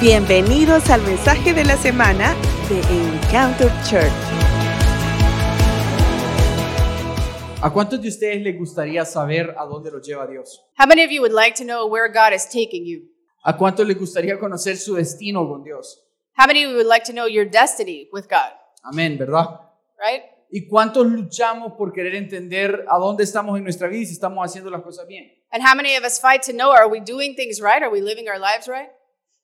Bienvenidos al mensaje de la semana de Encounter Church. ¿A cuántos de ustedes les gustaría saber a dónde los lleva Dios? How many of you would like to know where God is taking you? ¿A cuántos les gustaría conocer su destino con Dios? How many of you would like to know your destiny with God? Amén, ¿verdad? Right? ¿Y cuántos luchamos por querer entender a dónde estamos en nuestra vida y si estamos haciendo las cosas bien? And how many of us fight to know are we doing things right? Are we living our lives right?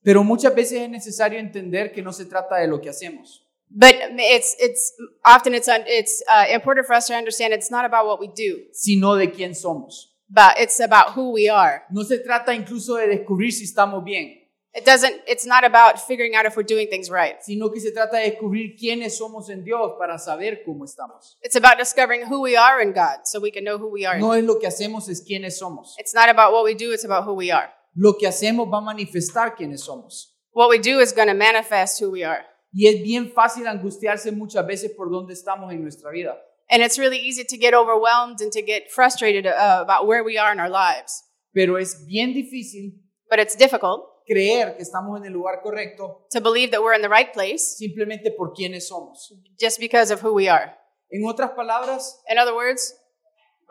Pero muchas veces es necesario entender que no se trata de lo que hacemos, But it's it's often it's un, it's uh, important for us to understand it's not about what we do, sino de quién somos. but it's about who we are. No se trata incluso de descubrir si estamos bien, It doesn't it's not about figuring out if we're doing things right. sino que se trata de descubrir quiénes somos en Dios para saber cómo estamos. It's about discovering who we are in God so we can know who we are. in No es lo que hacemos, es quiénes somos. It's not about what we do, it's about who we are. Lo que hacemos va a manifestar quiénes somos. What we do is going to manifest who we are. Y es bien fácil angustiarse muchas veces por dónde estamos en nuestra vida. And it's really easy to get overwhelmed and to get frustrated uh, about where we are in our lives. Pero es bien difícil But it's difficult creer que estamos en el lugar correcto to believe that we're in the right place simplemente por quiénes somos. just because of who we are. En otras palabras, In other words,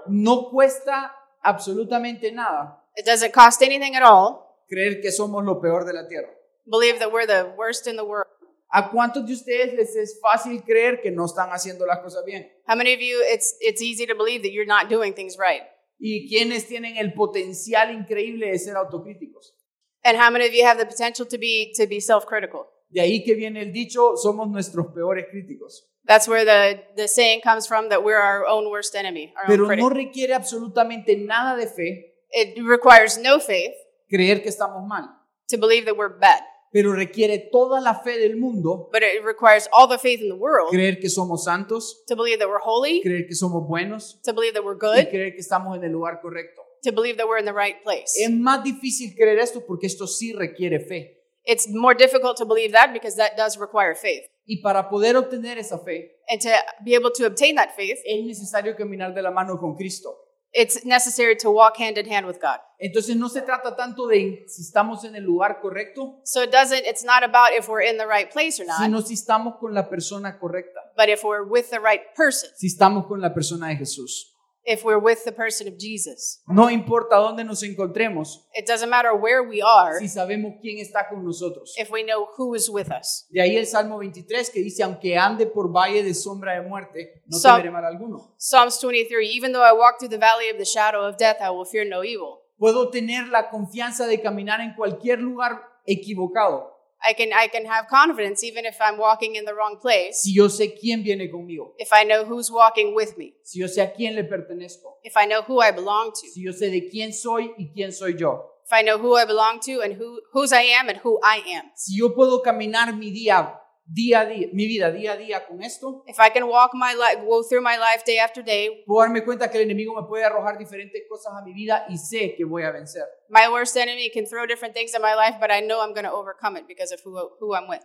no cuesta absolutamente nada it doesn't cost anything at all. creer que somos lo peor de la tierra. Believe that we're the worst in the world. ¿A cuántos de ustedes les es fácil creer que no están haciendo las cosas bien? How many of you it's it's easy to believe that you're not doing things right? ¿Y quiénes tienen el potencial increíble de ser autocríticos? And how many of you have the potential to be to be self-critical? De ahí que viene el dicho, somos nuestros peores críticos. That's where the the saying comes from that we're our own worst enemy, our own Pero critic. no requiere absolutamente nada de fe it requires no faith creer que estamos mal, to believe that we're bad, pero requiere toda la fe del mundo but it requires all the faith in the world creer que somos santos, to believe that we're holy, creer que somos buenos to believe that we're y good, creer que estamos en el lugar correcto. to believe that we're in the right place. Es más difícil creer esto porque esto sí requiere fe. It's more difficult to believe that because that does require faith. Y para poder obtener esa fe And to be able to obtain that faith, es necesario caminar de la mano con Cristo. it's necessary to walk hand in hand with God. Entonces no se trata tanto de si estamos en el lugar correcto, So it doesn't it's not about if we're in the right place or not, sino si estamos con la persona correcta, but if we're with the right person, si estamos con la persona de Jesús. if we're with the person of Jesus. No importa dónde nos encontremos, It doesn't matter where we are si sabemos quién está con nosotros. if we know who is with us. De ahí el Salmo 23 que dice, aunque ande por valle de sombra de muerte, no Sa- temeré mal alguno. Psalms 23 Even though I walk through the valley of the shadow of death, I will fear no evil. Puedo tener la confianza de caminar en cualquier lugar equivocado I can, I can have confidence even if I'm walking in the wrong place, si yo sé quién viene conmigo, if I know who's walking with me, si yo sé a quién le pertenezco, if I know who I belong to, si yo sé de quién soy y quién soy yo. if I know who I belong to and who, whose I am and who I am. Si yo puedo caminar mi día, día a día, mi vida día a día con esto, If I can walk my life, go through my life day after day, puedo darme cuenta que el enemigo me puede arrojar diferentes cosas a mi vida y sé que voy a vencer. my worst enemy can throw different things at my life, but I know I'm going to overcome it because of who, who I'm with.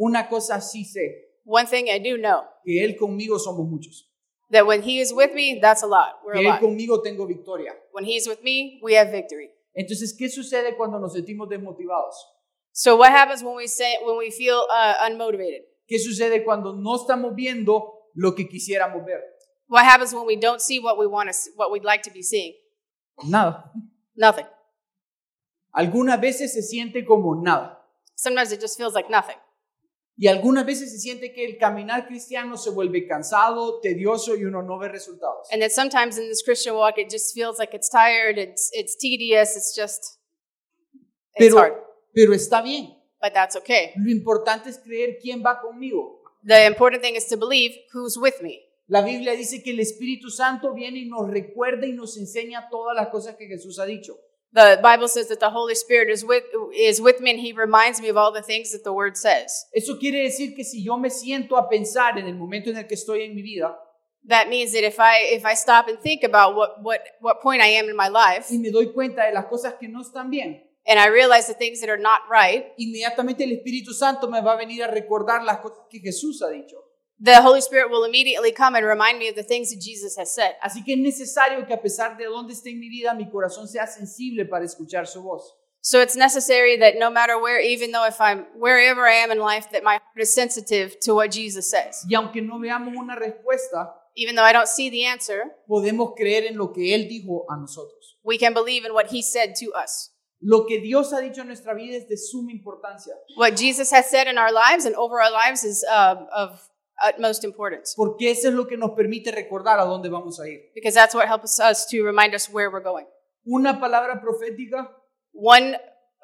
Una cosa sí sé, One thing I do know que él conmigo somos muchos. that when he is with me, that's a lot. We're a que él lot. conmigo tengo victoria. When he's with me, we have victory. Entonces, ¿qué sucede cuando nos sentimos desmotivados? So what happens when we say when we feel uh, unmotivated? ¿Qué sucede cuando no estamos viendo lo que quisiéramos ver? What happens when we don't see what we want to s- what we'd like to be seeing? Nada. Nothing. Algunas veces se siente como nada. Sometimes it just feels like nothing. Y algunas veces se siente que el caminar cristiano se vuelve cansado, tedioso y uno no ve resultados. And then sometimes in this Christian walk, it just feels like it's tired. It's it's tedious. It's just it's Pero, hard. pero está bien. But that's okay. Lo importante es creer quién va conmigo. The important thing is to believe who's with me. La Biblia dice que el Espíritu Santo viene y nos recuerda y nos enseña todas las cosas que Jesús ha dicho. The Bible says that the Holy Spirit is with is with me, and He reminds me of all the things that the Word says. Eso quiere decir que si yo me siento a pensar en el momento en el que estoy en mi vida That means that if I if I stop and think about what what what point I am in my life, y me doy cuenta de las cosas que no están bien, and I realize the things that are not right, inmediatamente el Espíritu Santo me va a venir a recordar las cosas que Jesús ha dicho. the Holy Spirit will immediately come and remind me of the things that Jesus has said. Así que es necesario que a pesar de dónde esté en mi vida, mi corazón sea sensible para escuchar su voz. So it's necessary that no matter where, even though if I'm wherever I am in life, that my heart is sensitive to what Jesus says. Y aunque no veamos una respuesta, Even though I don't see the answer, podemos creer en lo que Él dijo a nosotros. we can believe in what he said to us. Lo que Dios ha dicho en nuestra vida es de suma importancia, What Jesus has said in our lives and over our lives is um, of utmost importance porque eso es lo que nos permite recordar a dónde vamos a ir. because that's what helps us to remind us where we're going. Una palabra profética One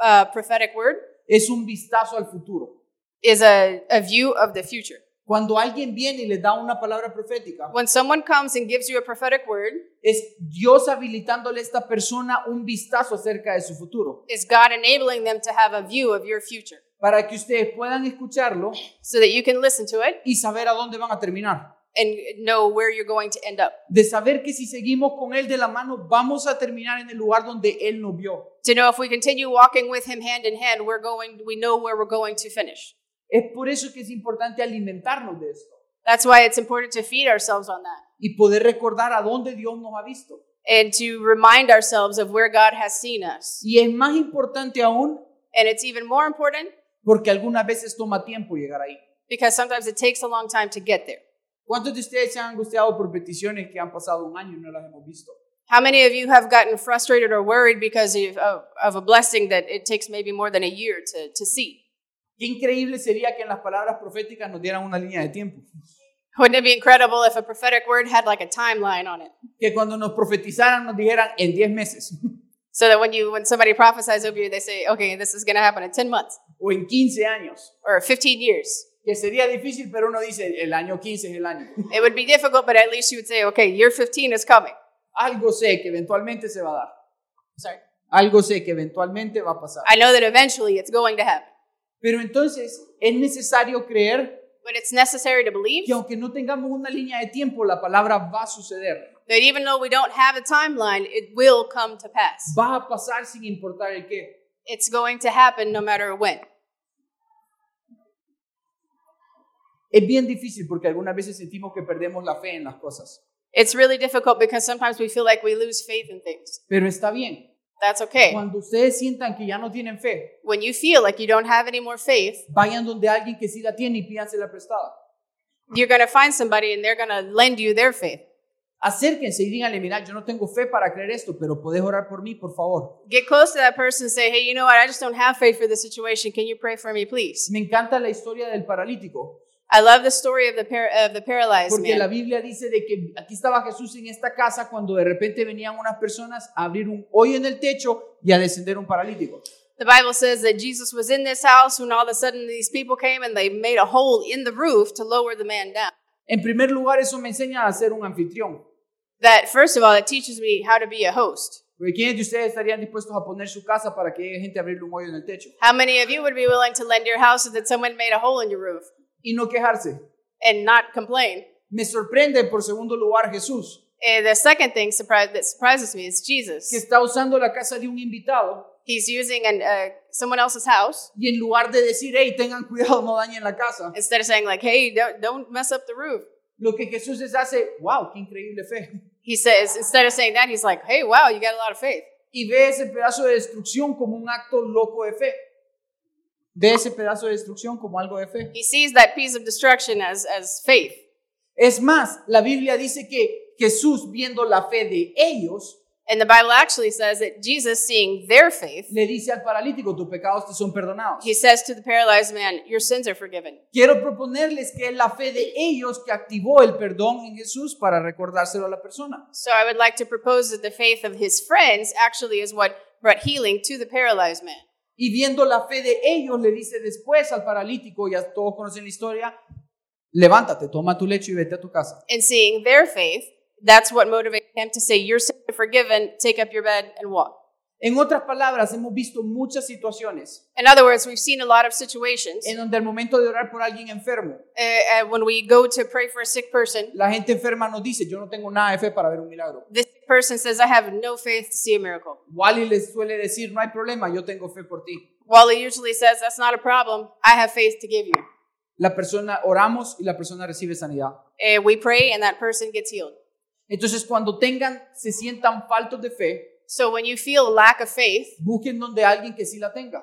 uh, prophetic word es un vistazo al futuro. is a, a view of the future. Cuando alguien viene y le da una palabra profética, When someone comes and gives you a prophetic word, es Dios habilitándole a esta persona un vistazo acerca de su futuro. is God enabling them to have a view of your future para que ustedes puedan escucharlo so that you can listen to it y saber a dónde van a terminar. and know where you're going to end up. De saber que si seguimos con Él de la mano, vamos a terminar en el lugar donde Él nos vio. To know if we continue walking with him hand in hand, we're going we know where we're going to finish. Es por eso que es importante alimentarnos de esto That's why it's important to feed ourselves on that y poder recordar a dónde Dios nos ha visto. and to remind ourselves of where God has seen us. Y es más importante aún And it's even more important porque algunas veces toma tiempo llegar ahí. because sometimes it takes a long time to get there. ¿Cuántos de ustedes se han angustiado por peticiones que han pasado un año y no las hemos visto? How many of you have gotten frustrated or worried because of, of, of a blessing that it takes maybe more than a year to, to see? Qué increíble sería que en las palabras proféticas nos dieran una línea de tiempo. Wouldn't it be incredible if a prophetic word had like a timeline on it? Que cuando nos profetizaran nos dijeran en 10 meses. So that when you when somebody prophesies over you, they say, okay, this is gonna happen in 10 months o en 15 años, or 15 years. que sería difícil, pero uno dice, el año 15 es el año. It would be difficult, but at least you would say, okay, year 15 is coming. Algo sé que eventualmente se va a dar. Sorry. Algo sé que eventualmente va a pasar. I know that eventually it's going to happen. Pero entonces es necesario creer But it's necessary to believe que aunque no tengamos una línea de tiempo, la palabra va a suceder. that even though we don't have a timeline, it will come to pass. Va a pasar sin importar el qué. It's going to happen no matter when. Es bien difícil porque algunas veces sentimos que perdemos la fe en las cosas. It's really difficult because sometimes we feel like we lose faith in things. Pero está bien. That's okay. Cuando ustedes sientan que ya no tienen fe, When you feel like you don't have any more faith, vayan donde alguien que sí la tiene y pídansela prestada. you're going to find somebody and they're going to lend you their faith. acérquense y díganle, mira, yo no tengo fe para creer esto, pero podés orar por mí, por favor. Get close to that person and say, hey, you know what? I just don't have faith for this situation. Can you pray for me, please? Me encanta la historia del paralítico, I love the story of the, par- of the paralyzed porque la man. Biblia dice de que aquí estaba Jesús en esta casa cuando de repente venían unas personas a abrir un hoyo en el techo y a descender un paralítico. The Bible says that Jesus was in this house when all of a sudden these people came and they made a hole in the roof to lower the man down. En primer lugar, eso me enseña a ser un anfitrión. That, first of all, it teaches me how to be a host. Porque ¿quiénes de ustedes estarían dispuestos a poner su casa para que llegue gente a abrirle un hoyo en el techo? How many of you would be willing to lend your house so that someone made a hole in your roof Y no quejarse. and not complain? Me sorprende, por segundo lugar, Jesús, And the second thing surprise, that surprises me is que Jesus. está usando la casa de un invitado He's using an, uh, someone else's house y en lugar de decir, hey, tengan cuidado, no dañen la casa, instead of saying like, "Hey, don't, don't mess up the roof." Lo que Jesús les hace, wow, qué increíble fe. He says instead of saying that, he's like, "Hey, wow, you got a lot of faith." Y ve ese pedazo de destrucción como un acto loco de fe. Ve ese pedazo de destrucción como algo de fe. He sees that piece of destruction as as faith. Es más, la Biblia dice que Jesús, viendo la fe de ellos, And the Bible actually says that Jesus, seeing their faith, le dice al paralítico, tus pecados te son perdonados. he says to the paralyzed man, Your sins are forgiven. Quiero proponerles que es la fe de ellos que activó el perdón en Jesús para recordárselo a la persona. So I would like to propose that the faith of his friends actually is what brought healing to the paralyzed man. Y viendo la fe de ellos, le dice después al paralítico, ya todos conocen la historia, levántate, toma tu lecho y vete a tu casa. And seeing their faith, that's what motivated him to say, Your sins are forgiven, take up your bed and walk. En otras palabras, hemos visto muchas situaciones In other words, we've seen a lot of situations en donde al momento de orar por alguien enfermo, uh, uh, when we go to pray for a sick person, la gente enferma nos dice, yo no tengo nada de fe para ver un milagro. this person says, I have no faith to see a miracle. Wally les suele decir, no hay problema, yo tengo fe por ti. Wally usually says, That's not a problem. I have faith to give you. La persona, oramos y la persona recibe sanidad. And we pray, and that person gets healed. Entonces, cuando tengan, se sientan faltos de fe, So when you feel lack of faith, Busquen donde alguien que sí la tenga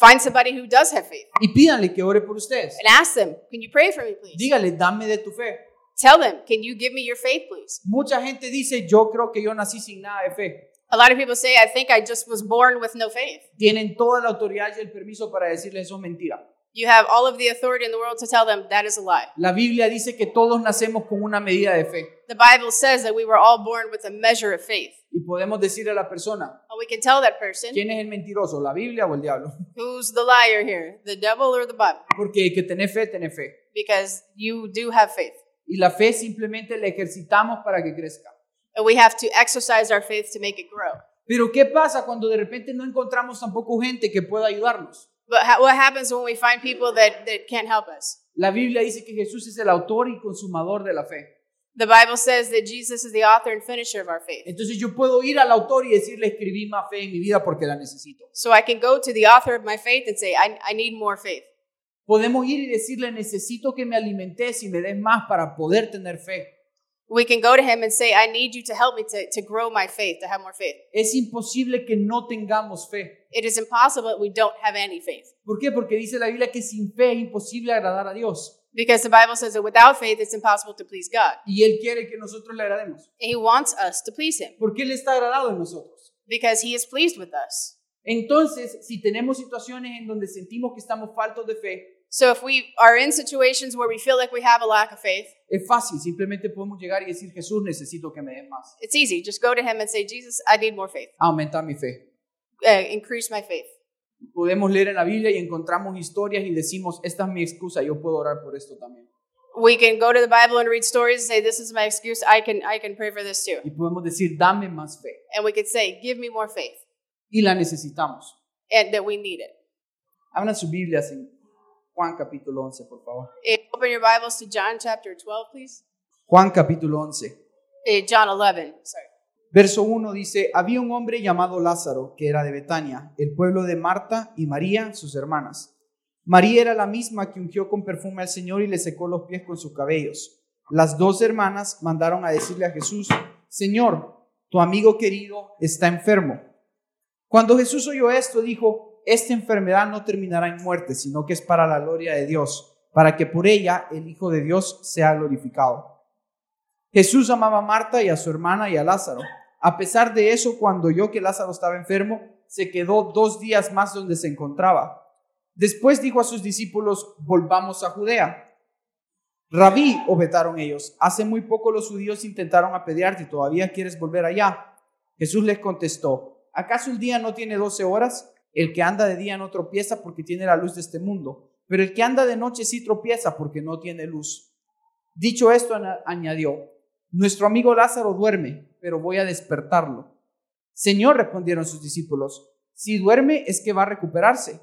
find somebody who does have faith y pídanle que ore por ustedes. and ask them, Can you pray for me, please? Dígale, dame de tu fe. Tell them, Can you give me your faith, please? Mucha gente dice, yo creo que yo nací sin nada de fe. A lot of people say, I think I just was born with no faith. Tienen toda la autoridad y el permiso para decirle eso es mentira. You have all of the authority in the world to tell them that is a lie. La Biblia dice que todos nacemos con una medida de fe The Bible says that we were all born with a measure of faith. y podemos decirle a la persona, And we can tell that person ¿quién es el mentiroso, la Biblia o el diablo? who's the liar here, the devil or the Bible, Porque el que tenés fe, tenés fe. because you do have faith. Y la fe simplemente la ejercitamos para que crezca. And we have to exercise our faith to make it grow. Pero ¿qué pasa cuando de repente no encontramos tampoco gente que pueda ayudarnos? But ha- what happens when we find people that, that can't help us? La Biblia dice que Jesús es el autor y consumador de la fe. The Bible says that Jesus is the author and finisher of our faith. Entonces yo puedo ir al autor y decirle, escribí más fe en mi vida porque la necesito. So I can go to the author of my faith and say, I, I need more faith. Podemos ir y decirle, necesito que me alimentes y me des más para poder tener fe. We can go to him and say, I need you to help me to, to grow my faith, to have more faith. Es imposible que no tengamos fe. It is impossible that we don't have any faith ¿Por qué? Porque dice la Biblia que sin fe es imposible agradar a Dios. because the Bible says that without faith, it's impossible to please God. Y Él quiere que nosotros le agrademos. And he wants us to please him Porque Él está agradado en nosotros. because he is pleased with us. Entonces, si tenemos situaciones en donde sentimos que estamos faltos de fe, So if we are in situations where we feel like we have a lack of faith, es fácil. Simplemente podemos llegar y decir, Jesús, necesito que me des más. it's easy. Just go to him and say, Jesus, I need more faith. Aumenta mi fe. Uh, increase my faith. Podemos leer en la Biblia y encontramos historias y decimos, esta es mi excusa, yo puedo orar por esto también. We can go to the Bible and read stories and say, This is my excuse. I can I can pray for this too. Y podemos decir, dame más fe. And we can say, Give me more faith. y la necesitamos. And that we need it. Abran sus Biblias en Juan capítulo 11, por favor. Eh, Open your Bibles to John chapter 12, please. Juan capítulo 11, Eh, John 11, sorry. verso 1 dice, había un hombre llamado Lázaro, que era de Betania, el pueblo de Marta y María, sus hermanas. María era la misma que ungió con perfume al Señor y le secó los pies con sus cabellos. Las dos hermanas mandaron a decirle a Jesús, Señor, tu amigo querido está enfermo. Cuando Jesús oyó esto, dijo, esta enfermedad no terminará en muerte, sino que es para la gloria de Dios, para que por ella el Hijo de Dios sea glorificado. Jesús amaba a Marta y a su hermana y a Lázaro. A pesar de eso, cuando oyó que Lázaro estaba enfermo, se quedó dos días más donde se encontraba. Después dijo a sus discípulos, volvamos a Judea. Rabí, objetaron ellos, hace muy poco los judíos intentaron apedrearte, ¿todavía quieres volver allá? Jesús les contestó, ¿acaso el día no tiene doce horas? El que anda de día no tropieza porque tiene la luz de este mundo, pero el que anda de noche sí tropieza porque no tiene luz. Dicho esto, ana- añadió, nuestro amigo Lázaro duerme, pero voy a despertarlo. Señor, respondieron sus discípulos, si duerme es que va a recuperarse.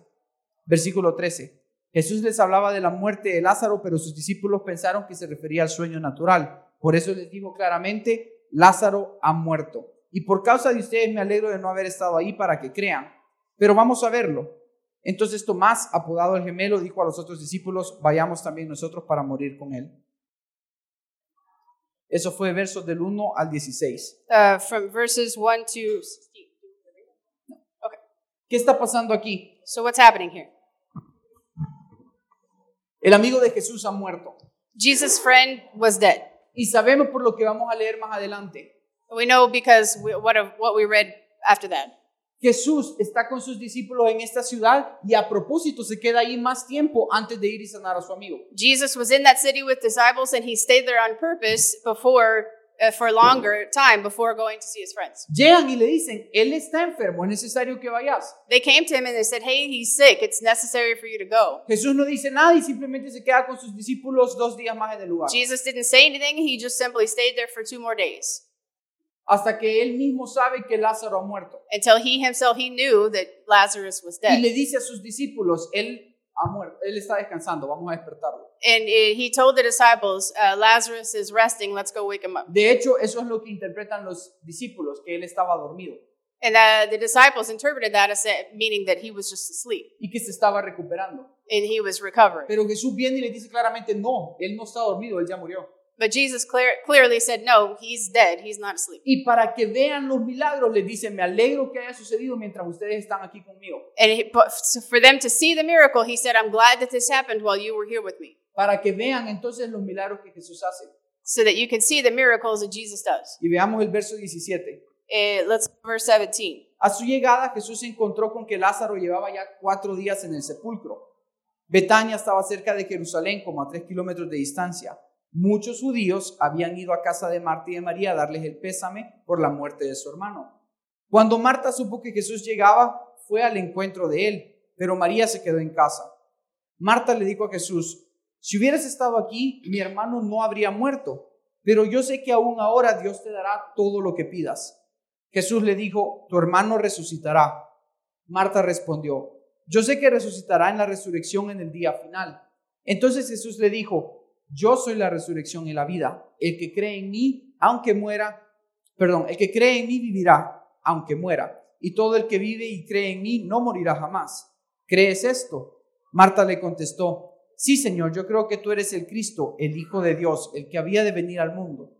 Versículo 13. Jesús les hablaba de la muerte de Lázaro, pero sus discípulos pensaron que se refería al sueño natural. Por eso les dijo claramente, Lázaro ha muerto. Y por causa de ustedes me alegro de no haber estado ahí para que crean. Pero vamos a verlo. Entonces Tomás, apodado el gemelo, dijo a los otros discípulos, vayamos también nosotros para morir con él. Eso fue versos del 1 al 16. Uh, from verses 1 to 16. ¿Qué está pasando aquí? So what's happening here? El amigo de Jesús ha muerto. Jesus' friend was dead. Y sabemos por lo que vamos a leer más adelante We know because we, what, of, what we read after that. Jesús está con sus discípulos en esta ciudad y a propósito se queda ahí más tiempo antes de ir y sanar a su amigo. Jesus was in that city with disciples and he stayed there on purpose before uh, for a longer time before going to see his friends. Llegan y le dicen, él está enfermo, es necesario que vayas. They came to him and they said, "Hey, he's sick. It's necessary for you to go." Jesús no dice nada y simplemente se queda con sus discípulos dos días más en el lugar. Jesus didn't say anything. He just simply stayed there for two more days Hasta que él mismo sabe que Lázaro ha muerto. until he himself he knew that Lazarus was Y dead. le dice a sus discípulos, él ha muerto, él está descansando, vamos a despertarlo. And uh, he told the disciples, uh, "Lazarus is resting. Let's go wake him up." De hecho, eso es lo que interpretan los discípulos, que él estaba dormido And uh, the disciples interpreted that as a, meaning that he was just asleep y que se estaba recuperando. and he was recovering. Pero Jesús viene y le dice claramente, no, él no está dormido, él ya murió. But Jesus clear, clearly said, No, he's dead. He's not asleep. Y para que vean los milagros, les dice, me alegro que haya sucedido mientras ustedes están aquí conmigo. And he, but so for them to see the miracle, he said, I'm glad that this happened while you were here with me, Para que vean entonces los milagros que Jesús hace. so that you can see the miracles that Jesus does. Y veamos el verso 17. Eh, let's verse 17. A su llegada, Jesús se encontró con que Lázaro llevaba ya cuatro días en el sepulcro. Betania estaba cerca de Jerusalén, como a tres kilómetros de distancia. Muchos judíos habían ido a casa de Marta y de María a darles el pésame por la muerte de su hermano. Cuando Marta supo que Jesús llegaba, fue al encuentro de él, pero María se quedó en casa. Marta le dijo a Jesús, si hubieras estado aquí, mi hermano no habría muerto, pero yo sé que aún ahora Dios te dará todo lo que pidas. Jesús le dijo, tu hermano resucitará. Marta respondió, yo sé que resucitará en la resurrección en el día final. Entonces Jesús le dijo, yo soy la resurrección y la vida. El que cree en mí, aunque muera, perdón, el que cree en mí vivirá, aunque muera. Y todo el que vive y cree en mí no morirá jamás. ¿Crees esto? Marta le contestó, sí Señor, yo creo que tú eres el Cristo, el Hijo de Dios, el que había de venir al mundo.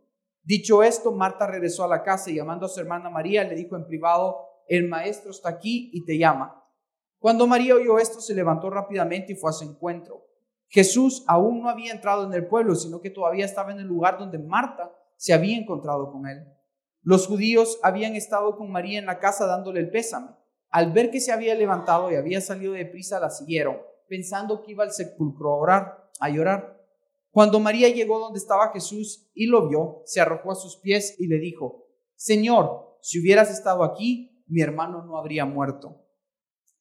Dicho esto, Marta regresó a la casa y llamando a su hermana María le dijo en privado, el maestro está aquí y te llama. Cuando María oyó esto, se levantó rápidamente y fue a su encuentro. Jesús aún no había entrado en el pueblo, sino que todavía estaba en el lugar donde Marta se había encontrado con él. Los judíos habían estado con María en la casa dándole el pésame. Al ver que se había levantado y había salido de prisa, la siguieron, pensando que iba al sepulcro a orar, a llorar. Cuando María llegó donde estaba Jesús y lo vio, se arrojó a sus pies y le dijo, Señor, si hubieras estado aquí, mi hermano no habría muerto.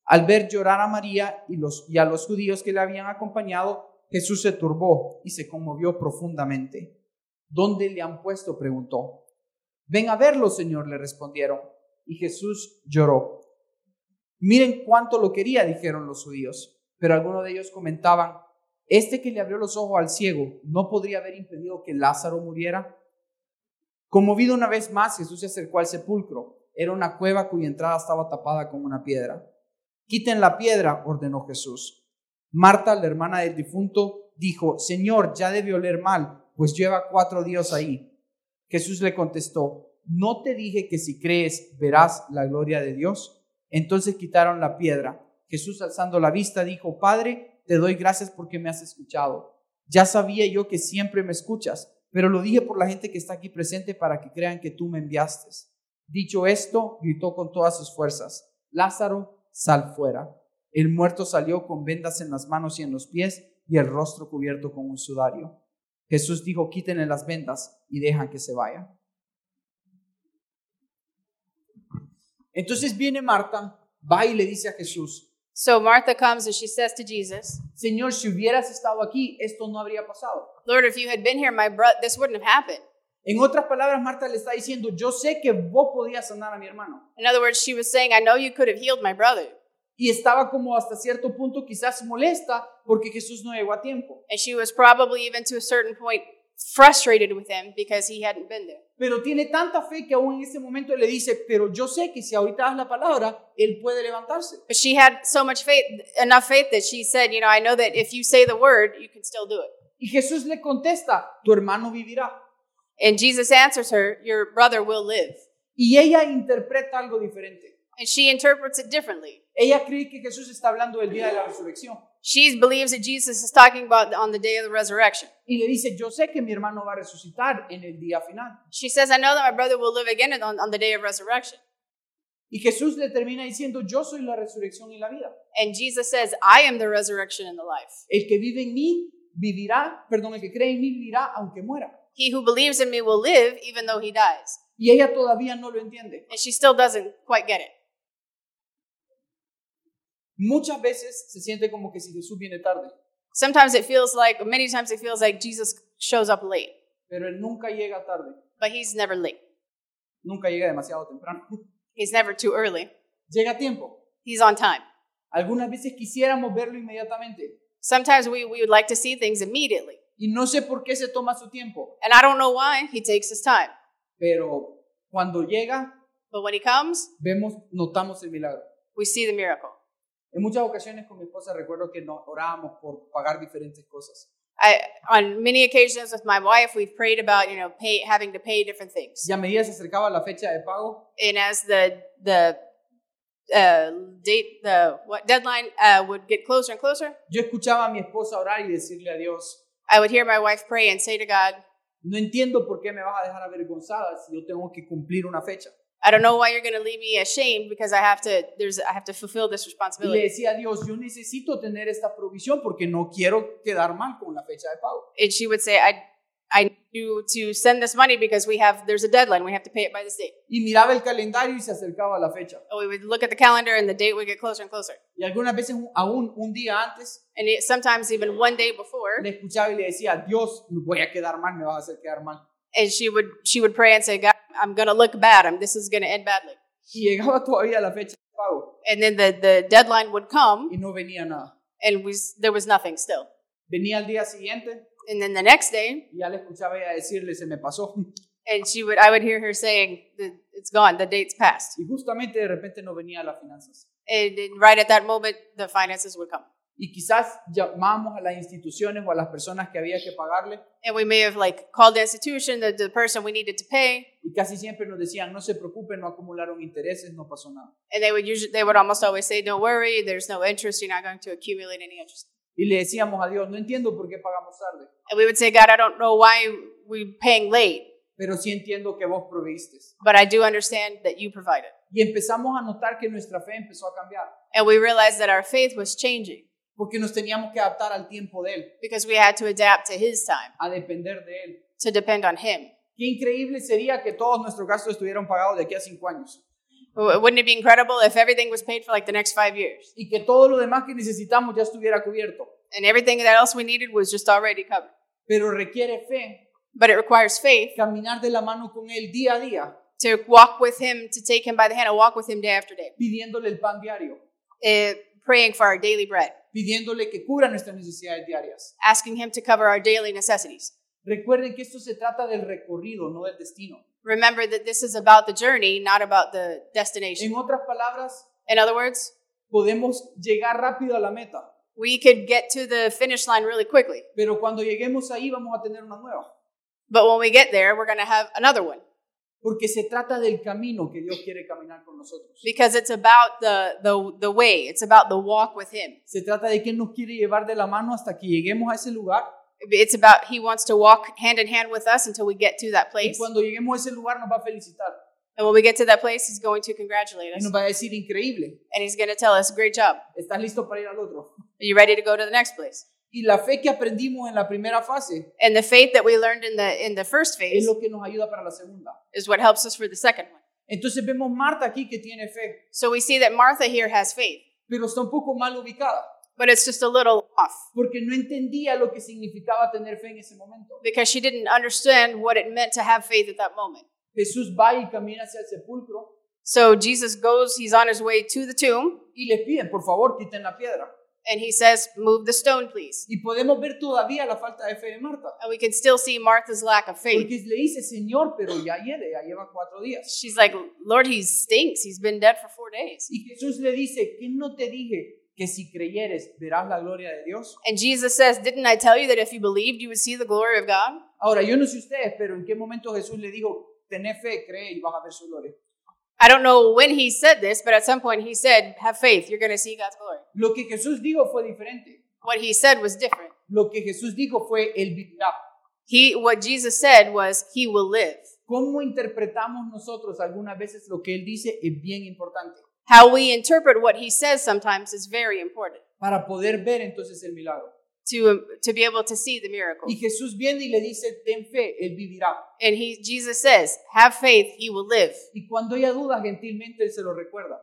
Al ver llorar a María y, los, y a los judíos que le habían acompañado, Jesús se turbó y se conmovió profundamente. ¿Dónde le han puesto? preguntó. Ven a verlo, Señor, le respondieron. Y Jesús lloró. Miren cuánto lo quería, dijeron los judíos. Pero algunos de ellos comentaban, este que le abrió los ojos al ciego no podría haber impedido que Lázaro muriera. Conmovido una vez más, Jesús se acercó al sepulcro. Era una cueva cuya entrada estaba tapada con una piedra. Quiten la piedra, ordenó Jesús. Marta, la hermana del difunto, dijo, Señor, ya debe oler mal, pues lleva cuatro días ahí. Jesús le contestó, ¿no te dije que si crees verás la gloria de Dios? Entonces quitaron la piedra. Jesús alzando la vista dijo, Padre, te doy gracias porque me has escuchado. Ya sabía yo que siempre me escuchas, pero lo dije por la gente que está aquí presente para que crean que tú me enviaste. Dicho esto, gritó con todas sus fuerzas, Lázaro, sal fuera. El muerto salió con vendas en las manos y en los pies y el rostro cubierto con un sudario. Jesús dijo, quítenle las vendas y dejan que se vaya. Entonces viene Marta, va y le dice a Jesús, So Martha comes and she says to Jesus, Señor, si hubieras estado aquí, esto no habría pasado. Lord, if you had been here, my bro- this wouldn't have happened. En otras palabras, Marta le está diciendo, yo sé que vos podías sanar a mi hermano. In other words, she was saying, I know you could have healed my brother. Y estaba como hasta cierto punto quizás molesta porque Jesús no llegó a tiempo. And she was probably even to a certain point frustrated with him because he hadn't been there. Pero tiene tanta fe que aún en ese momento le dice, pero yo sé que si ahorita das la palabra, él puede levantarse. But she had so much faith, enough faith that she said, You know, I know that if you say the word, you can still do it. Y Jesús le contesta, tu hermano vivirá. And Jesus answers her, Your brother will live. Y ella interpreta algo diferente. And she interprets it differently. Ella cree que Jesús está hablando del día de la resurrección. She believes that Jesus is talking about on the day of the resurrection. Y le dice, yo sé que mi hermano va a resucitar en el día final. She says, I know that my brother will live again on, on the day of resurrection. Y Jesús le termina diciendo, yo soy la resurrección y la vida. And Jesus says, I am the resurrection and the life. El que vive en mí vivirá, perdón, el que cree en mí vivirá aunque muera. He who believes in me will live even though he dies. Y ella todavía no lo entiende. And she still doesn't quite get it. Muchas veces se siente como que si Jesús viene tarde, Sometimes it feels like, many times it feels like Jesus shows up late, pero él nunca llega tarde, but he's never late. nunca llega demasiado temprano. He's never too early. llega a tiempo. He's on time. Algunas veces quisiéramos verlo inmediatamente Sometimes we, we would like to see things immediately. y no sé por qué se toma su tiempo, And I don't know why he takes his time. pero cuando llega But when he comes, vemos, notamos el milagro. we see the miracle. En muchas ocasiones con mi esposa recuerdo que no- orábamos por pagar diferentes cosas. I, on many occasions with my wife, we've prayed about you know pay, having to pay different things. Y a medida que se acercaba la fecha de pago, And as the the uh, date, the what deadline uh, would get closer and closer, yo escuchaba a mi esposa orar y decirle a Dios, I would hear my wife pray and say to God, no entiendo por qué me vas a dejar avergonzada si yo tengo que cumplir una fecha. I don't know why you're going to leave me ashamed because I have to. There's I have to fulfill this Y le responsibility. decía a Dios, yo necesito tener esta provisión porque no quiero quedar mal con la fecha de pago. And she would say, I I need you to send this money because we have there's a deadline. We have to pay it by this date. Y miraba el calendario y se acercaba la fecha. And we would look at the calendar and the date would get closer and closer. Y algunas veces un- aún un día antes And it, sometimes even one day before, le escuchaba y le decía, Dios, me voy a quedar mal, me vas a hacer quedar mal. and she would she would pray and say, God, I'm going to look bad. I'm this is going to end badly. Y llegaba todavía la fecha de pago And then the the deadline would come, y no venía nada. and we s- there was nothing still. Venía al día siguiente And then the next day, y ya le escuchaba ella decirle, se me pasó. and she would I would hear her saying, "The- It's gone. The date's passed. Y justamente de repente no venía las finanzas. And, then right at that moment, the finances would come. Y quizás llamamos a las instituciones o a las personas que había que pagarle and we may have like called the institution, the, the person we needed to pay, y casi siempre nos decían, no se preocupen, no acumularon intereses, no pasó nada. and they would usually they would almost always say, "Don't worry, there's no interest. You're not going to accumulate any interest." Y le decíamos a Dios, no entiendo por qué pagamos tarde, And we would say, "God, I don't know why we're paying late, pero sí entiendo que vos proveíste. but I do understand that you provided." Y empezamos a notar que nuestra fe empezó a cambiar, And we realized that our faith was changing porque nos teníamos que adaptar al tiempo de Él, because we had to adapt to His time, a depender de Él. to depend on Him. Qué increíble sería que todos nuestros gastos estuvieran pagados de aquí a cinco años W- Wouldn't it be incredible if everything was paid for like the next five years y que todo lo demás que necesitamos ya estuviera cubierto. and everything that else we needed was just already covered? Pero requiere fe, But it requires faith caminar de la mano con Él día a día, to walk with Him, to take Him by the hand, and walk with Him day after day. pidiéndole el pan diario, eh, praying for our daily bread, pidiéndole que cubra nuestras necesidades diarias. asking Him to cover our daily necessities. Recuerden que esto se trata del recorrido, no del destino. Remember that this is about the journey, not about the destination. En otras palabras, In other words, podemos llegar rápido a la meta, we could get to the finish line really quickly, pero cuando lleguemos ahí vamos a tener una nueva. but when we get there, we're going to have another one Porque se trata del camino que Dios quiere caminar con nosotros. because it's about the, the, the way, it's about the walk with Him. Se trata de que Él nos quiere llevar de la mano hasta que lleguemos a ese lugar. It's about He wants to walk hand in hand with us until we get to that Y place. cuando lleguemos a ese lugar nos va a felicitar. And when we get to that place, He's going to congratulate Y us nos va a decir, increíble, and He's going to tell us, Great job. estás listo para ir al otro. Are you ready to go to the next place? Y la fe que aprendimos en la primera fase And the faith that we learned in the, in the first es phase lo que nos ayuda para la segunda. is what helps us for the second one. Entonces vemos Marta aquí que tiene fe, So we see that Martha here has faith, pero está un poco mal ubicada. but it's just a little off porque no entendía lo que significaba tener fe en ese momento. because she didn't understand what it meant to have faith at that moment. Jesús va y camina hacia el sepulcro So Jesus goes, he's on his way to the tomb, y les piden, por favor, quiten la piedra. and he says, Move the stone, please. Y podemos ver todavía la falta de fe de Marta, And we can still see Martha's lack of faith. porque le dice, Señor, pero ya hiere, ya lleva cuatro días. She's like, Lord, he stinks. He's been dead for four days. Y Jesús le dice, ¿qué no te dije que si creyeres verás la gloria de Dios? And Jesus says, Didn't I tell you that if you believed, you would see the glory of God? Ahora, yo no sé ustedes, pero ¿en qué momento Jesús le dijo, tené fe, cree y vas a ver su gloria? I don't know when he said this, but at some point he said, Have faith. You're going to see God's glory. Lo que Jesús dijo fue diferente. What he said was different. Lo que Jesús dijo fue, el vivirá. He, what Jesus said was, He will live. cómo interpretamos nosotros algunas veces lo que él dice es bien importante How we interpret what he says sometimes is very important para poder ver entonces el milagro. to, um, to be able to see the miracle. Y Jesús viene y le dice, ten fe, él vivirá. And he, Jesus says, have faith, he will live. Y cuando ella duda, gentilmente él se lo recuerda.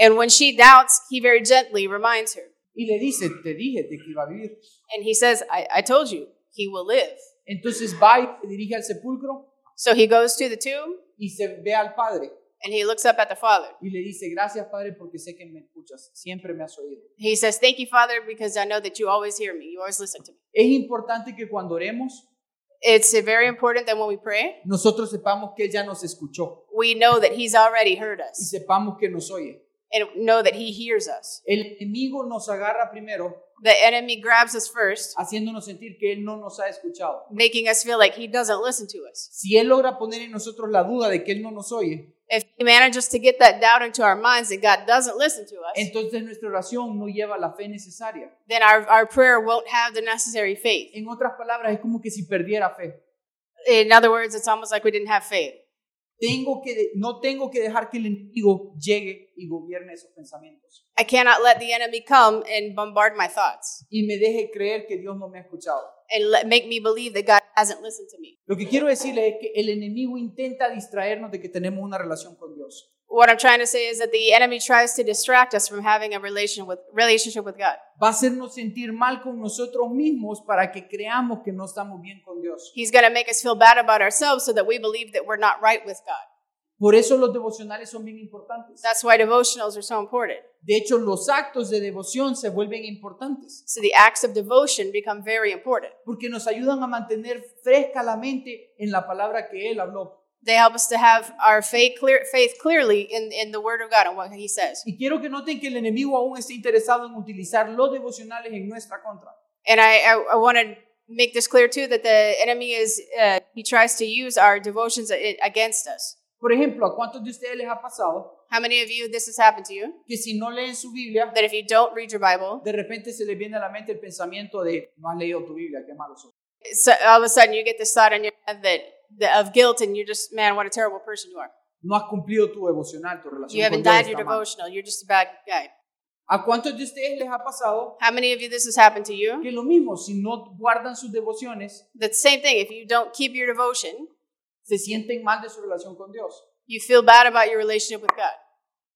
And when she doubts, he very gently reminds her. Y le dice, te dije de que iba a vivir. And he says, I, I told you, he will live. Entonces va y se dirige al sepulcro So he goes to the tomb y se ve al Padre and he looks up at the Father. y le dice, gracias Padre porque sé que me escuchas, siempre me has oído. He says, Thank you, Father, because I know that you always hear me, you always listen to me. Es importante que cuando oremos, It's very important that when we pray, nosotros sepamos que Él ya nos escuchó we know that he's already heard y us sepamos que nos oye. and know that He hears us. El enemigo nos agarra primero The enemy grabs us first, haciéndonos sentir que él no nos ha escuchado. making us feel like He doesn't listen to us. Si él logra poner en nosotros la duda de que él no nos oye, If He manages to get that doubt into our minds that God doesn't listen to us, entonces nuestra oración no lleva la fe necesaria. then our, our prayer won't have the necessary faith. En otras palabras, es como que si perdiera fe. In other words, it's almost like we didn't have faith. Tengo que de- no tengo que dejar que el enemigo llegue y gobierne esos pensamientos I cannot let the enemy come and bombard my thoughts y me deje creer que Dios no me ha escuchado. and let, make me believe that God hasn't listened to me. Lo que quiero decirle es que el enemigo intenta distraernos de que tenemos una relación con Dios. What I'm trying to say is that the enemy tries to distract us from having a relation with, relationship with God. Va a hacernos sentir mal con nosotros mismos para que creamos que no estamos bien con Dios. He's going to make us feel bad about ourselves so that we believe that we're not right with God. Por eso los devocionales son bien importantes. That's why devotionals are so important. De hecho, los actos de devoción se vuelven importantes So the acts of devotion become very important. porque nos ayudan a mantener fresca la mente en la palabra que Él habló. They help us to have our faith, clear, faith clearly in, in the Word of God and what He says. Y quiero que noten que el enemigo aún está interesado en utilizar los devocionales en nuestra contra. And I, I, I want to make this clear too that the enemy is, uh, he tries to use our devotions a- against us. Por ejemplo, ¿a cuántos de ustedes les ha pasado How many of you this has happened to you? que si no leen su Biblia, That if you don't read your Bible, de repente se les viene a la mente el pensamiento de no has leído tu Biblia, qué malo sos? so all of a sudden you get this thought in your head that, that of guilt, and you're just, man, what a terrible person you are. No has cumplido tu devocional, tu relación You con haven't Dios died your está mal. devotional. You're just a bad guy. ¿A cuántos de ustedes les ha pasado How many of you this has happened to you? que lo mismo, si no guardan sus devociones, The same thing. If you don't keep your devotion, se sienten mal de su relación con Dios? you feel bad about your relationship with God.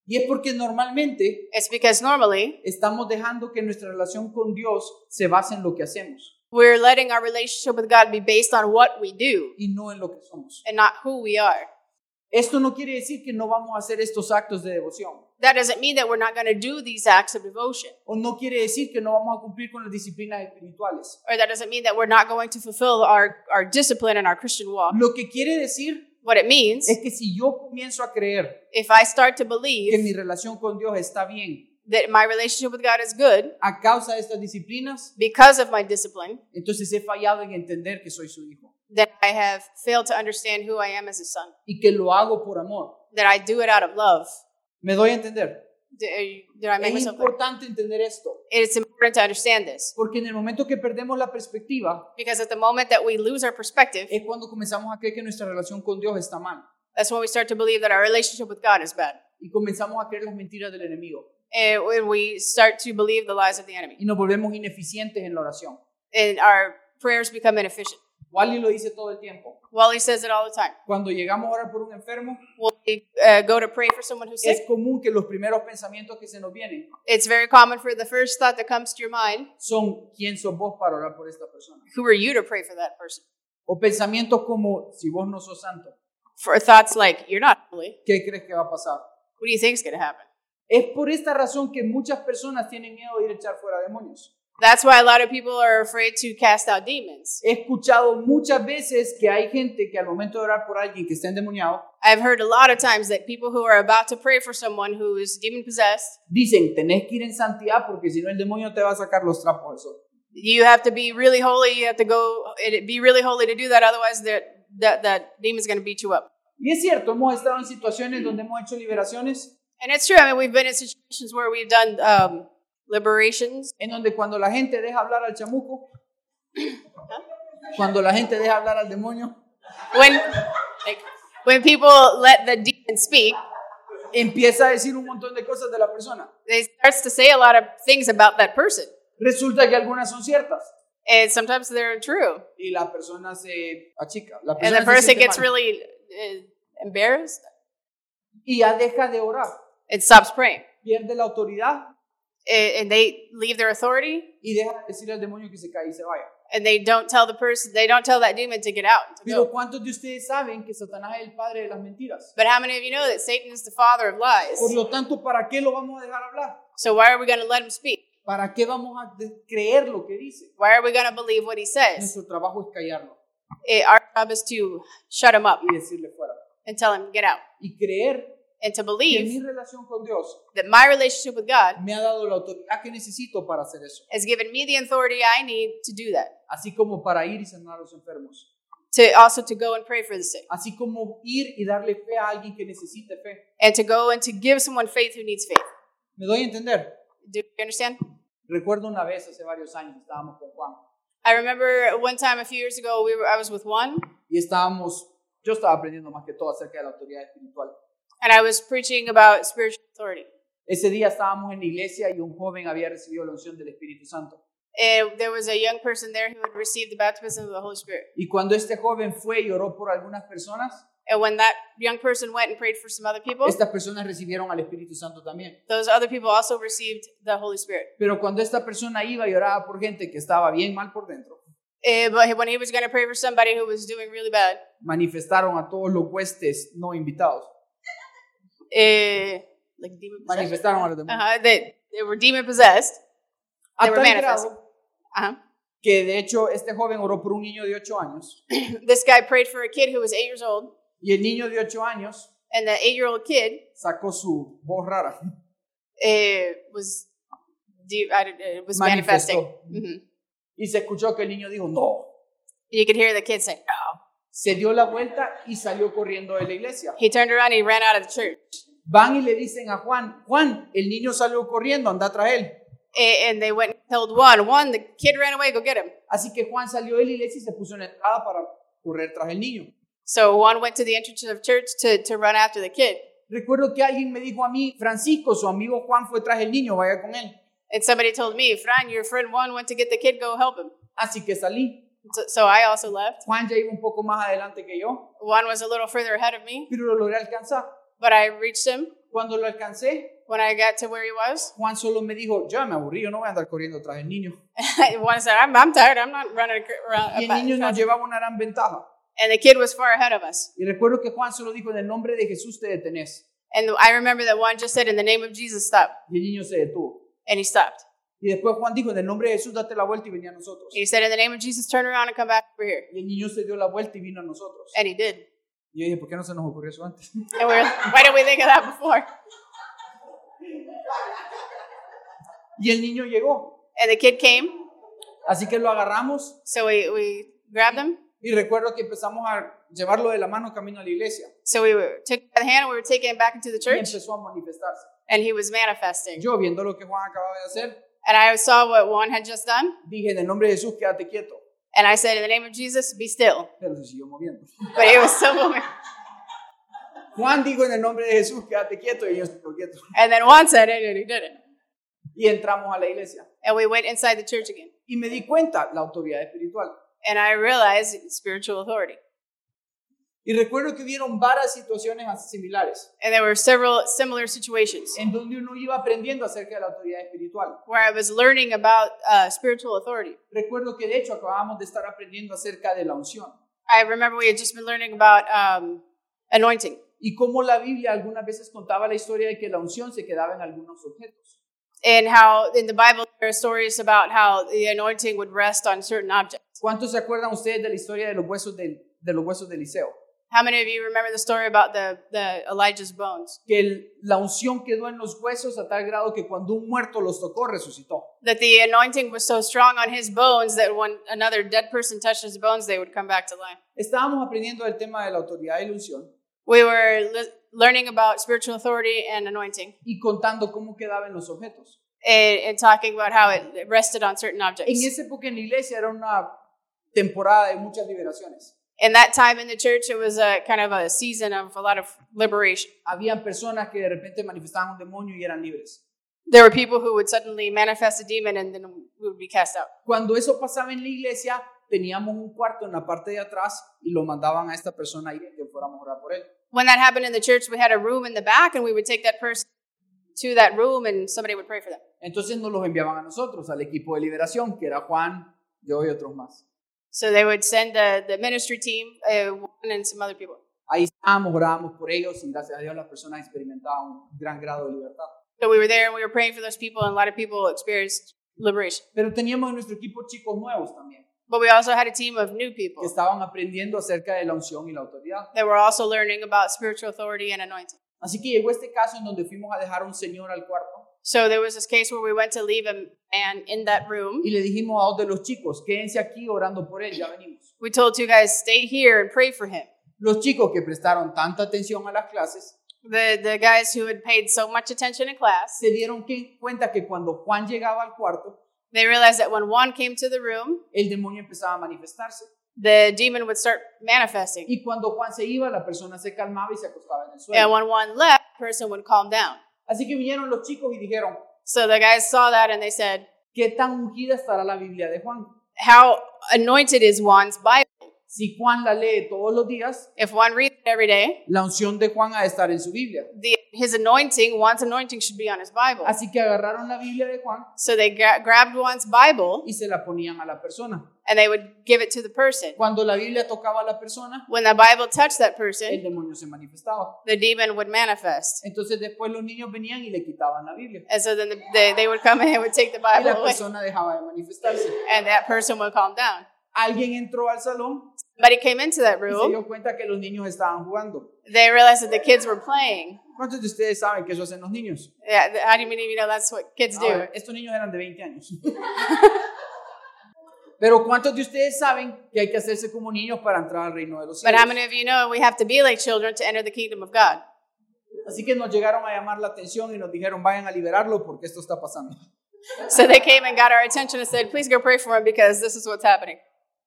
Y es porque normalmente It's because normally estamos dejando que nuestra relación con Dios se base en lo que hacemos we're letting our relationship with God be based on what we do y no en lo que somos. and not who we are. Esto no quiere decir que no vamos a hacer estos actos de devoción That doesn't mean that we're not going to do these acts of devotion, o no quiere decir que no vamos a cumplir con las disciplinas espirituales. or that doesn't mean that we're not going to fulfill our, our discipline and our Christian walk. Lo que quiere decir What it means, es que si yo comienzo a creer if I start to que mi believe relación con Dios está bien that my relationship with God is good a causa de estas disciplinas, because of my discipline, entonces he fallado en entender que soy su hijo then I have failed to understand who I am as a son, y que lo hago por amor. that I do it out of love. ¿Me doy a entender? Did, are you- did I make Es myself clear? importante entender esto, It's important to understand this porque en el momento que perdemos la perspectiva because at the moment that we lose our perspective, es cuando comenzamos a creer que nuestra relación con Dios está mal that's when we start to believe that our relationship with God is bad. y comenzamos a creer las mentiras del enemigo And when we start to believe the lies of the enemy. y nos volvemos ineficientes en la oración. and our prayers become inefficient. Wally lo dice todo el tiempo. Wally says it all the time. Cuando llegamos a orar por un enfermo, When we uh, go to pray for someone who's es sick, común que los primeros pensamientos que se nos vienen it's very common for the first thought that comes to your mind son quién sos vos para orar por esta persona. who are you to pray for that person? O pensamientos como si vos no sos santo, For thoughts like, you're not holy. ¿qué crees que va a pasar? What do you think is going to happen? Es por esta razón que muchas personas tienen miedo de ir a echar fuera demonios. That's why a lot of people are afraid to cast out demons. He escuchado muchas veces que hay gente que al momento de orar por alguien que está endemoniado, I've heard a lot of times that people who are about to pray for someone who is demon possessed, dicen, tenés que ir en santidad porque si no el demonio te va a sacar los trapos del sol. you have to be really holy. You have to go and be really holy to do that. Otherwise, that that that demon's going to beat you up. Y es cierto, hemos estado en situaciones donde hemos hecho liberaciones, And it's true. I mean, we've been in situations where we've done um, liberations. en donde cuando la gente deja hablar al chamuco, cuando la gente deja hablar al demonio, When, like, when people let the demon speak, empieza a decir un montón de cosas de la persona. they starts to say a lot of things about that person, Resulta que algunas son ciertas and sometimes they're true. y la persona se achica. La And persona the se person siente gets mal really uh, embarrassed y ya deja de orar, and stops praying, pierde la autoridad and and they leave their authority y deja de decirle al demonio que se cae y se vaya. and they don't tell the person, they don't tell that demon to get out. To Pero go. ¿cuántos de ustedes saben que Satanás es el padre de las mentiras? But how many of you know that Satan is the father of lies? Por lo tanto, ¿para qué lo vamos a dejar hablar? So why are we going to let him speak? ¿Para qué vamos a de- creer lo que dice? Why are we going to believe what he says? Nuestro trabajo es callarlo Eh, our job is to shut him up. y decirle fuera. and tell him get out Y creer and to que mi believe relación con Dios that my relationship with God me ha dado la autoridad que necesito para hacer eso. has given me the authority I need to do that. Así como para ir y sanar a los enfermos. To also to go and pray for the sick. Así como ir y darle fe a alguien que necesite fe. And to go and to give someone faith who needs faith. ¿Me doy a entender? Do you understand? Recuerdo una vez hace varios años, estábamos con Juan I remember one time a few years ago we were I was with one y estábamos, yo estaba aprendiendo más que todo acerca de la autoridad espiritual. and I was preaching about spiritual authority. Ese día estábamos en la iglesia y un joven había recibido la unción del Espíritu Santo. And there was a young person there who had received the baptism of the Holy Spirit. Y cuando este joven fue y oró por algunas personas, And when that young person went and prayed for some other people, estas personas recibieron al Espíritu Santo también. those other people also received the Holy Spirit. Pero cuando esta persona iba y oraba por gente que estaba bien mal por dentro, Eh, but when he was going to pray for somebody who was doing really bad, manifestaron a todos los huestes no invitados, eh, like demon possessed, manifestaron a los demonios. uh-huh, they, they were demon possessed. A They were tal manifesting. grado Uh-huh. que de hecho este joven oró por un niño de 8 años This guy prayed for a kid who was eight years old, y el niño de 8 años and the eight-year-old kid sacó su voz rara, eh, was de- I don't, it was manifesting. manifestó. hmm Y se escuchó que el niño dijo, no, You could hear the kid say, "No." se dio la vuelta y salió corriendo de la iglesia. He turned around, and he ran out of the church, Van y le dicen a Juan, Juan, el niño salió corriendo, anda tras él. A- and they went and told one. One, the kid ran away. Go get him. Así que Juan salió de la iglesia y se puso en la entrada para correr tras el niño. So one went to the entrance of church to to run after the kid, Recuerdo que alguien me dijo a mí, Francisco, su amigo Juan fue tras el niño, vaya con él. and somebody told me, "Fran, your friend one went to get the kid. Go help him." Así que salí. So, so I also left. Juan ya iba un poco más adelante que yo, One was a little further ahead of me, pero lo logré alcanzar. but I reached him Cuando lo alcancé, when I got to where he was. Juan solo me dijo, ya me aburrí, yo no voy a andar corriendo tras el niño. one said, "I'm I'm tired. I'm not running ac- around." Y el niño nos about- llevaba una gran ventaja. And the kid was far ahead of us. Y recuerdo que Juan solo dijo, en el nombre de Jesús te detenés. And I remember that one just said, In the name of Jesus, stop. Y el niño se detuvo. And he stopped. Y después Juan dijo, en el nombre de Jesús, date la vuelta y venía a nosotros. And he said, In the name of Jesus, turn around and come back over here. Y el niño se dio la vuelta y vino a nosotros. And he did. Y yo dije, ¿por qué no se nos ocurrió eso antes? And we were like, Why didn't we think of that before? Y el niño llegó. And the kid came. Así que lo agarramos So we, we grabbed him. y recuerdo que empezamos a llevarlo de la mano camino a la iglesia. So we were, took him by the hand and we were taking him back into the Y church. empezó a manifestarse. And he was manifesting. Yo, viendo lo que Juan acababa de hacer, And I saw what Juan had just done. dije, en el nombre de Jesús, quédate quieto. And I said, In the name of Jesus, be still. Pero se siguió moviendo. But he was still moving. Juan dijo, en el nombre de Jesús, quédate quieto. Y yo estoy quieto. And then Juan said it and he did it. Y entramos a la iglesia. And we went inside the church again. Y me di cuenta, la autoridad espiritual. And I realized spiritual authority. Y recuerdo que hubieron varias situaciones así similares, And there were several similar situations. en donde uno iba aprendiendo acerca de la autoridad espiritual. where I was learning about uh, spiritual authority. Recuerdo que de hecho acabábamos de estar aprendiendo acerca de la unción I remember we had just been learning about um, anointing y cómo la Biblia algunas veces contaba la historia de que la unción se quedaba en algunos objetos. and how in the Bible there are stories about how the anointing would rest on certain objects. ¿Cuántos se acuerdan ustedes de la historia de los huesos de, de los huesos de Eliseo? How many of you remember the story about the, the Elijah's bones? Que el- la unción quedó en los huesos a tal grado que cuando un muerto los tocó resucitó. That the anointing was so strong on his bones that when another dead person touched his bones, they would come back to life. Estábamos aprendiendo el tema de la autoridad y la unción We were le- learning about spiritual authority and anointing y contando cómo quedaba en los objetos. and, and talking about how it it rested on certain En objects. esa época en la iglesia era una temporada de muchas liberaciones. In that time in the church, it was a kind of a season of a lot of liberation. Habían personas que de repente manifestaban un demonio y eran libres. there were people who would suddenly manifest a demon and then we would be cast out. Cuando eso pasaba en la iglesia, teníamos un cuarto en la parte de atrás y lo mandaban a esta persona ahí que fuéramos a orar por él. When that happened in the church, we had a room in the back and we would take that person to that room and somebody would pray for them. Entonces nos los enviaban a nosotros, al equipo de liberación, que era Juan, yo y otros más. So they would send the, the ministry team uh, one and some other people. Ahí estábamos, orábamos por ellos y gracias a Dios las personas experimentaban un gran grado de libertad. So we were there and we were praying for those people and a lot of people experienced liberation. Pero teníamos en nuestro equipo chicos nuevos también, But we also had a team of new que people estaban aprendiendo acerca de la unción y la autoridad. that were also learning about spiritual authority and anointing. Así que llegó este caso en donde fuimos a dejar a un señor al cuarto So there was this case where we went to leave a man in that room. y le dijimos a dos de los chicos, quédense aquí orando por él, ya venimos. We told two guys, stay here and pray for him. Los chicos que prestaron tanta atención a las clases The, the guys who had paid so much attention in class, se dieron que- cuenta que cuando Juan llegaba al cuarto, they realized that when Juan came to the room, el demonio empezaba a manifestarse. the demon would start manifesting. Y cuando Juan se iba, la persona se calmaba y se acostaba en el And suelo. when Juan left, the person would calm down. Así que vinieron los chicos y dijeron, So the guys saw that and they said, ¿qué tan ungida estará la Biblia de Juan? How anointed is Juan's Bible? Si Juan la lee todos los días, If Juan reads it every day, la unción de Juan ha de estar en su Biblia. the, his anointing, Juan's anointing should be on his Bible. Así que agarraron la Biblia de Juan So they gra- grabbed Juan's Bible y se la ponían a la persona. and they would give it to the person. Cuando la Biblia tocaba a la persona, When the Bible touched that el person, demonio se manifestaba. the demon would manifest. Entonces después los niños venían y le quitaban la Biblia. And so then the, they, they would come in and would take the Y Bible la away, persona dejaba de manifestarse. and that person would calm down. Alguien entró al salón But he came into that y se room. dio cuenta que los niños estaban jugando. They realized that the kids were playing. ¿Cuántos de ustedes saben que eso hacen los niños? Yeah, th- how do you mean? You know, that's what kids do. Ahora, estos niños eran de 20 años. Pero ¿cuántos de ustedes saben que hay que hacerse como niños para entrar al reino de los But cielos? how many of you know we have to be like children to enter the kingdom of God? Así que nos llegaron a llamar la atención y nos dijeron, vayan a liberarlo porque esto está pasando. So they came and got our attention and said, please go pray for him because this is what's happening.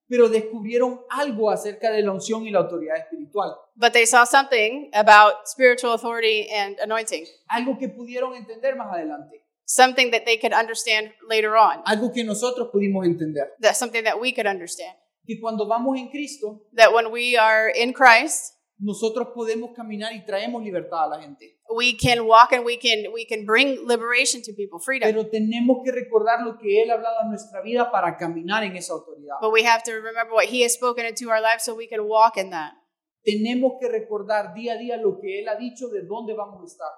Pero descubrieron algo acerca de la unción y la autoridad espiritual. But they saw something about spiritual authority and anointing, Algo que pudieron entender más adelante. something that they could understand later on, Algo que nosotros pudimos entender. that's something that we could understand. Que cuando vamos en Cristo, That when we are in Christ, nosotros podemos caminar y traemos libertad a la gente. we can walk and we can we can bring liberation to people, freedom. Pero tenemos que recordar lo que Él ha hablado a nuestra vida para caminar en esa autoridad. But we have to remember what He has spoken into our life so we can walk in that. Tenemos que recordar día a día lo que Él ha dicho de dónde vamos a estar.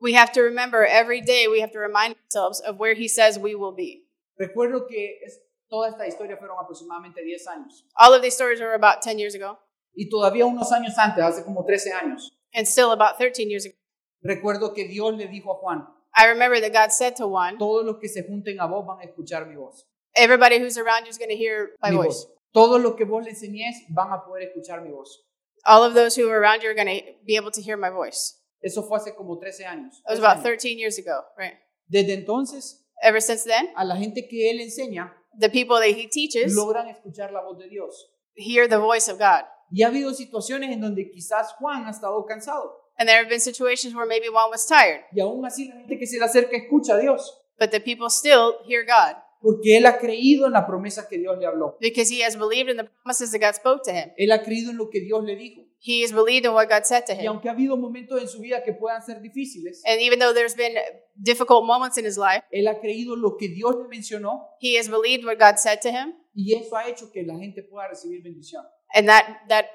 We have to remember every day, we have to remind ourselves of where He says we will be. Recuerdo que es- toda esta historia fueron aproximadamente 10 años. All of these stories are about 10 years ago Y todavía unos años antes, hace como 13 años, and still about 13 years ago. recuerdo que Dios le dijo a Juan, I remember that God said to one, todos los que se junten a vos van a escuchar mi voz. everybody who's around you is going to hear my mi voice. Todos los que vos le enseñes van a poder escuchar mi voz. All of those who are around you are going to be able to hear my voice. Eso fue hace como 13 años. That was 13 about años. 13 years ago, right? Desde entonces, Ever since then, a la gente que Él enseña the people that he teaches logran escuchar la voz de Dios. hear the voice of God. Y ha habido situaciones en donde quizás Juan ha estado cansado. And there have been situations where maybe one was tired, Y aún así la gente que se le acerca escucha a Dios, but the people still hear God porque él ha creído en la promesa que Dios le habló. because he has believed in the promises that God spoke to him. Él ha creído en lo que Dios le dijo. He has believed in what God said to Y him. aunque ha habido momentos en su vida que puedan ser difíciles, And even though there's been difficult moments in his life, él ha creído lo que Dios le mencionó he has believed what God said to him, y eso ha hecho que la gente pueda recibir bendición. and that that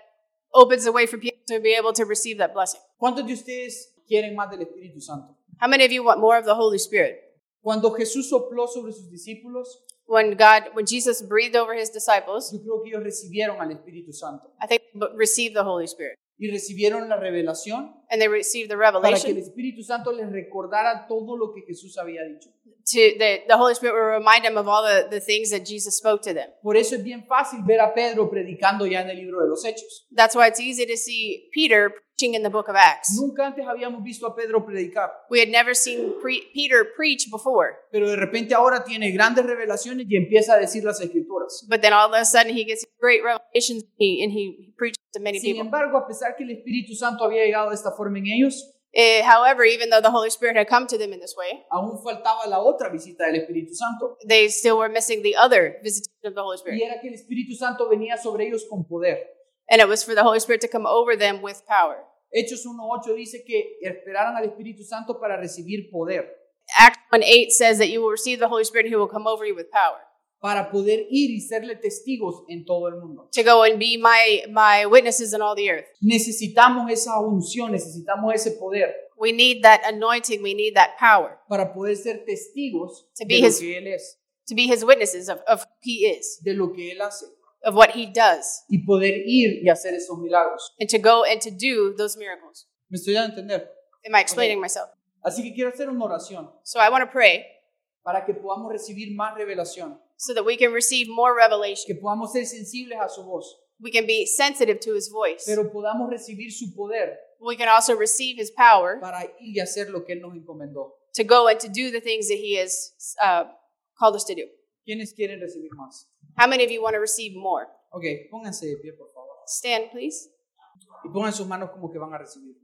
opens the way for people to be able to receive that blessing. ¿Cuántos de ustedes quieren más del Espíritu Santo? How many of you want more of the Holy Spirit? Cuando Jesús sopló sobre sus discípulos, When God, when Jesus breathed over his disciples, yo creo que ellos recibieron al Espíritu Santo I think they received the Holy Spirit y recibieron la revelación and they received the para que el revelation. Espíritu Santo les recordara todo lo que Jesús había dicho. To the, the Holy Spirit will remind them of all the, the things that Jesus spoke to them. Por eso es bien fácil ver a Pedro predicando ya en el libro de los Hechos. That's why it's easy to see Peter preaching in the book of Acts. Nunca antes habíamos visto a Pedro predicar, We had never seen pre- Peter preach before, pero de repente ahora tiene grandes revelaciones y empieza a decir las escrituras. but then all of a sudden he gets great revelations and he, and he preaches to many Sin people. embargo, a pesar que el Espíritu Santo había llegado de esta forma en ellos, Eh, however, even though the Holy Spirit had come to them in this way, aún faltaba la otra visita del Espíritu Santo. they still were missing the other visitation of the Holy Y Spirit. era que el Espíritu Santo venía sobre ellos con poder. And it was for the Holy Spirit to come over them with power. Hechos 1.8 dice que esperaran al Espíritu Santo para recibir poder, Acts 1 8 says that you will receive the Holy Spirit and he will come over you with power para poder ir y serle testigos en todo el mundo. to go and be my, my witnesses in all the earth. Necesitamos esa unción, necesitamos ese poder We need that anointing, we need that power para poder ser testigos To be de lo his- que Él es, to be his witnesses of, of who he is, de lo que Él hace, of what he does. y poder ir y hacer esos milagros. and to go and to do those miracles. ¿Me estoy dando a entender? Am I explaining myself? Así que quiero hacer una oración So I want to pray para que podamos recibir más revelación, so that we can receive more revelation. que podamos ser sensibles a su voz, We can be sensitive to his voice. pero podamos recibir su poder We can also receive his power para ir y hacer lo que Él nos encomendó. to go and to do the things that he has uh, called us to do. ¿Quiénes quieren recibir más? How many of you want to receive more? Ok, pónganse de pie, por favor. Stand, please. Y pongan sus manos como que van a recibir.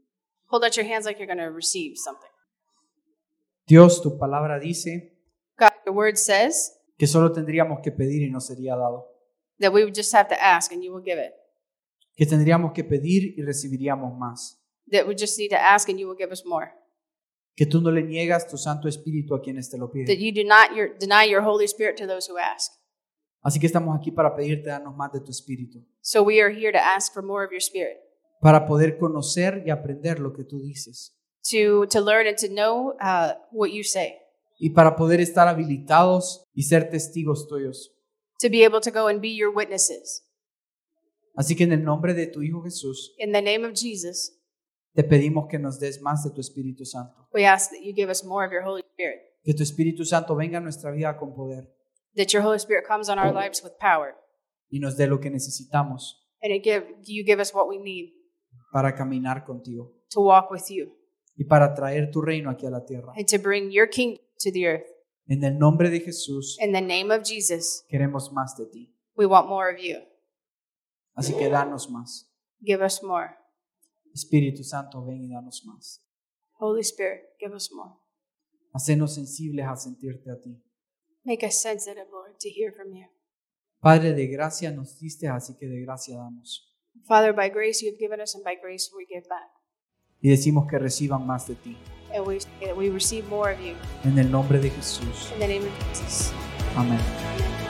Hold out your hands like you're going to receive something. Dios, tu palabra dice God, your word says que solo tendríamos que pedir y nos sería dado. that we would just have to ask and you will give it. Que tendríamos que pedir y recibiríamos más. That we just need to ask and you will give us more. Que tú no le niegas tu Santo Espíritu a quienes te lo That piden. you do not your, deny your Holy Spirit to those who ask. Así que estamos aquí para pedirte darnos más de tu Espíritu. So we are here to ask for more of your spirit, Para poder conocer y aprender lo que tú dices. to, to learn and to know uh, what you say, Y para poder estar habilitados y ser testigos tuyos. to be able to go and be your witnesses. Así que en el nombre de tu Hijo Jesús, In the name of Jesus, te pedimos que nos des más de tu Espíritu Santo. we ask that you give us more of your Holy Spirit, Que tu Espíritu Santo venga a nuestra vida con poder that your Holy Spirit comes on our lives with power, y nos dé lo que necesitamos and it give, you give us what we need para caminar contigo to walk with you y para traer tu reino aquí a la tierra. and to bring your kingdom to the earth. En el nombre de Jesús, In the name of Jesus, queremos más de ti. we want more of you. Así que danos más. Give us more. Espíritu Santo, ven y danos más. Holy Spirit, give us more. Hacenos sensibles a sentirte a ti. Make us sensitive, Lord, to hear from you. Padre, de gracia nos diste, así que de gracia damos. Father, by grace you have given us, and by grace we give back. Y decimos que reciban más de ti. And we say that we receive more of you. En el nombre de Jesús. In the name of Jesus. Amén. Amen.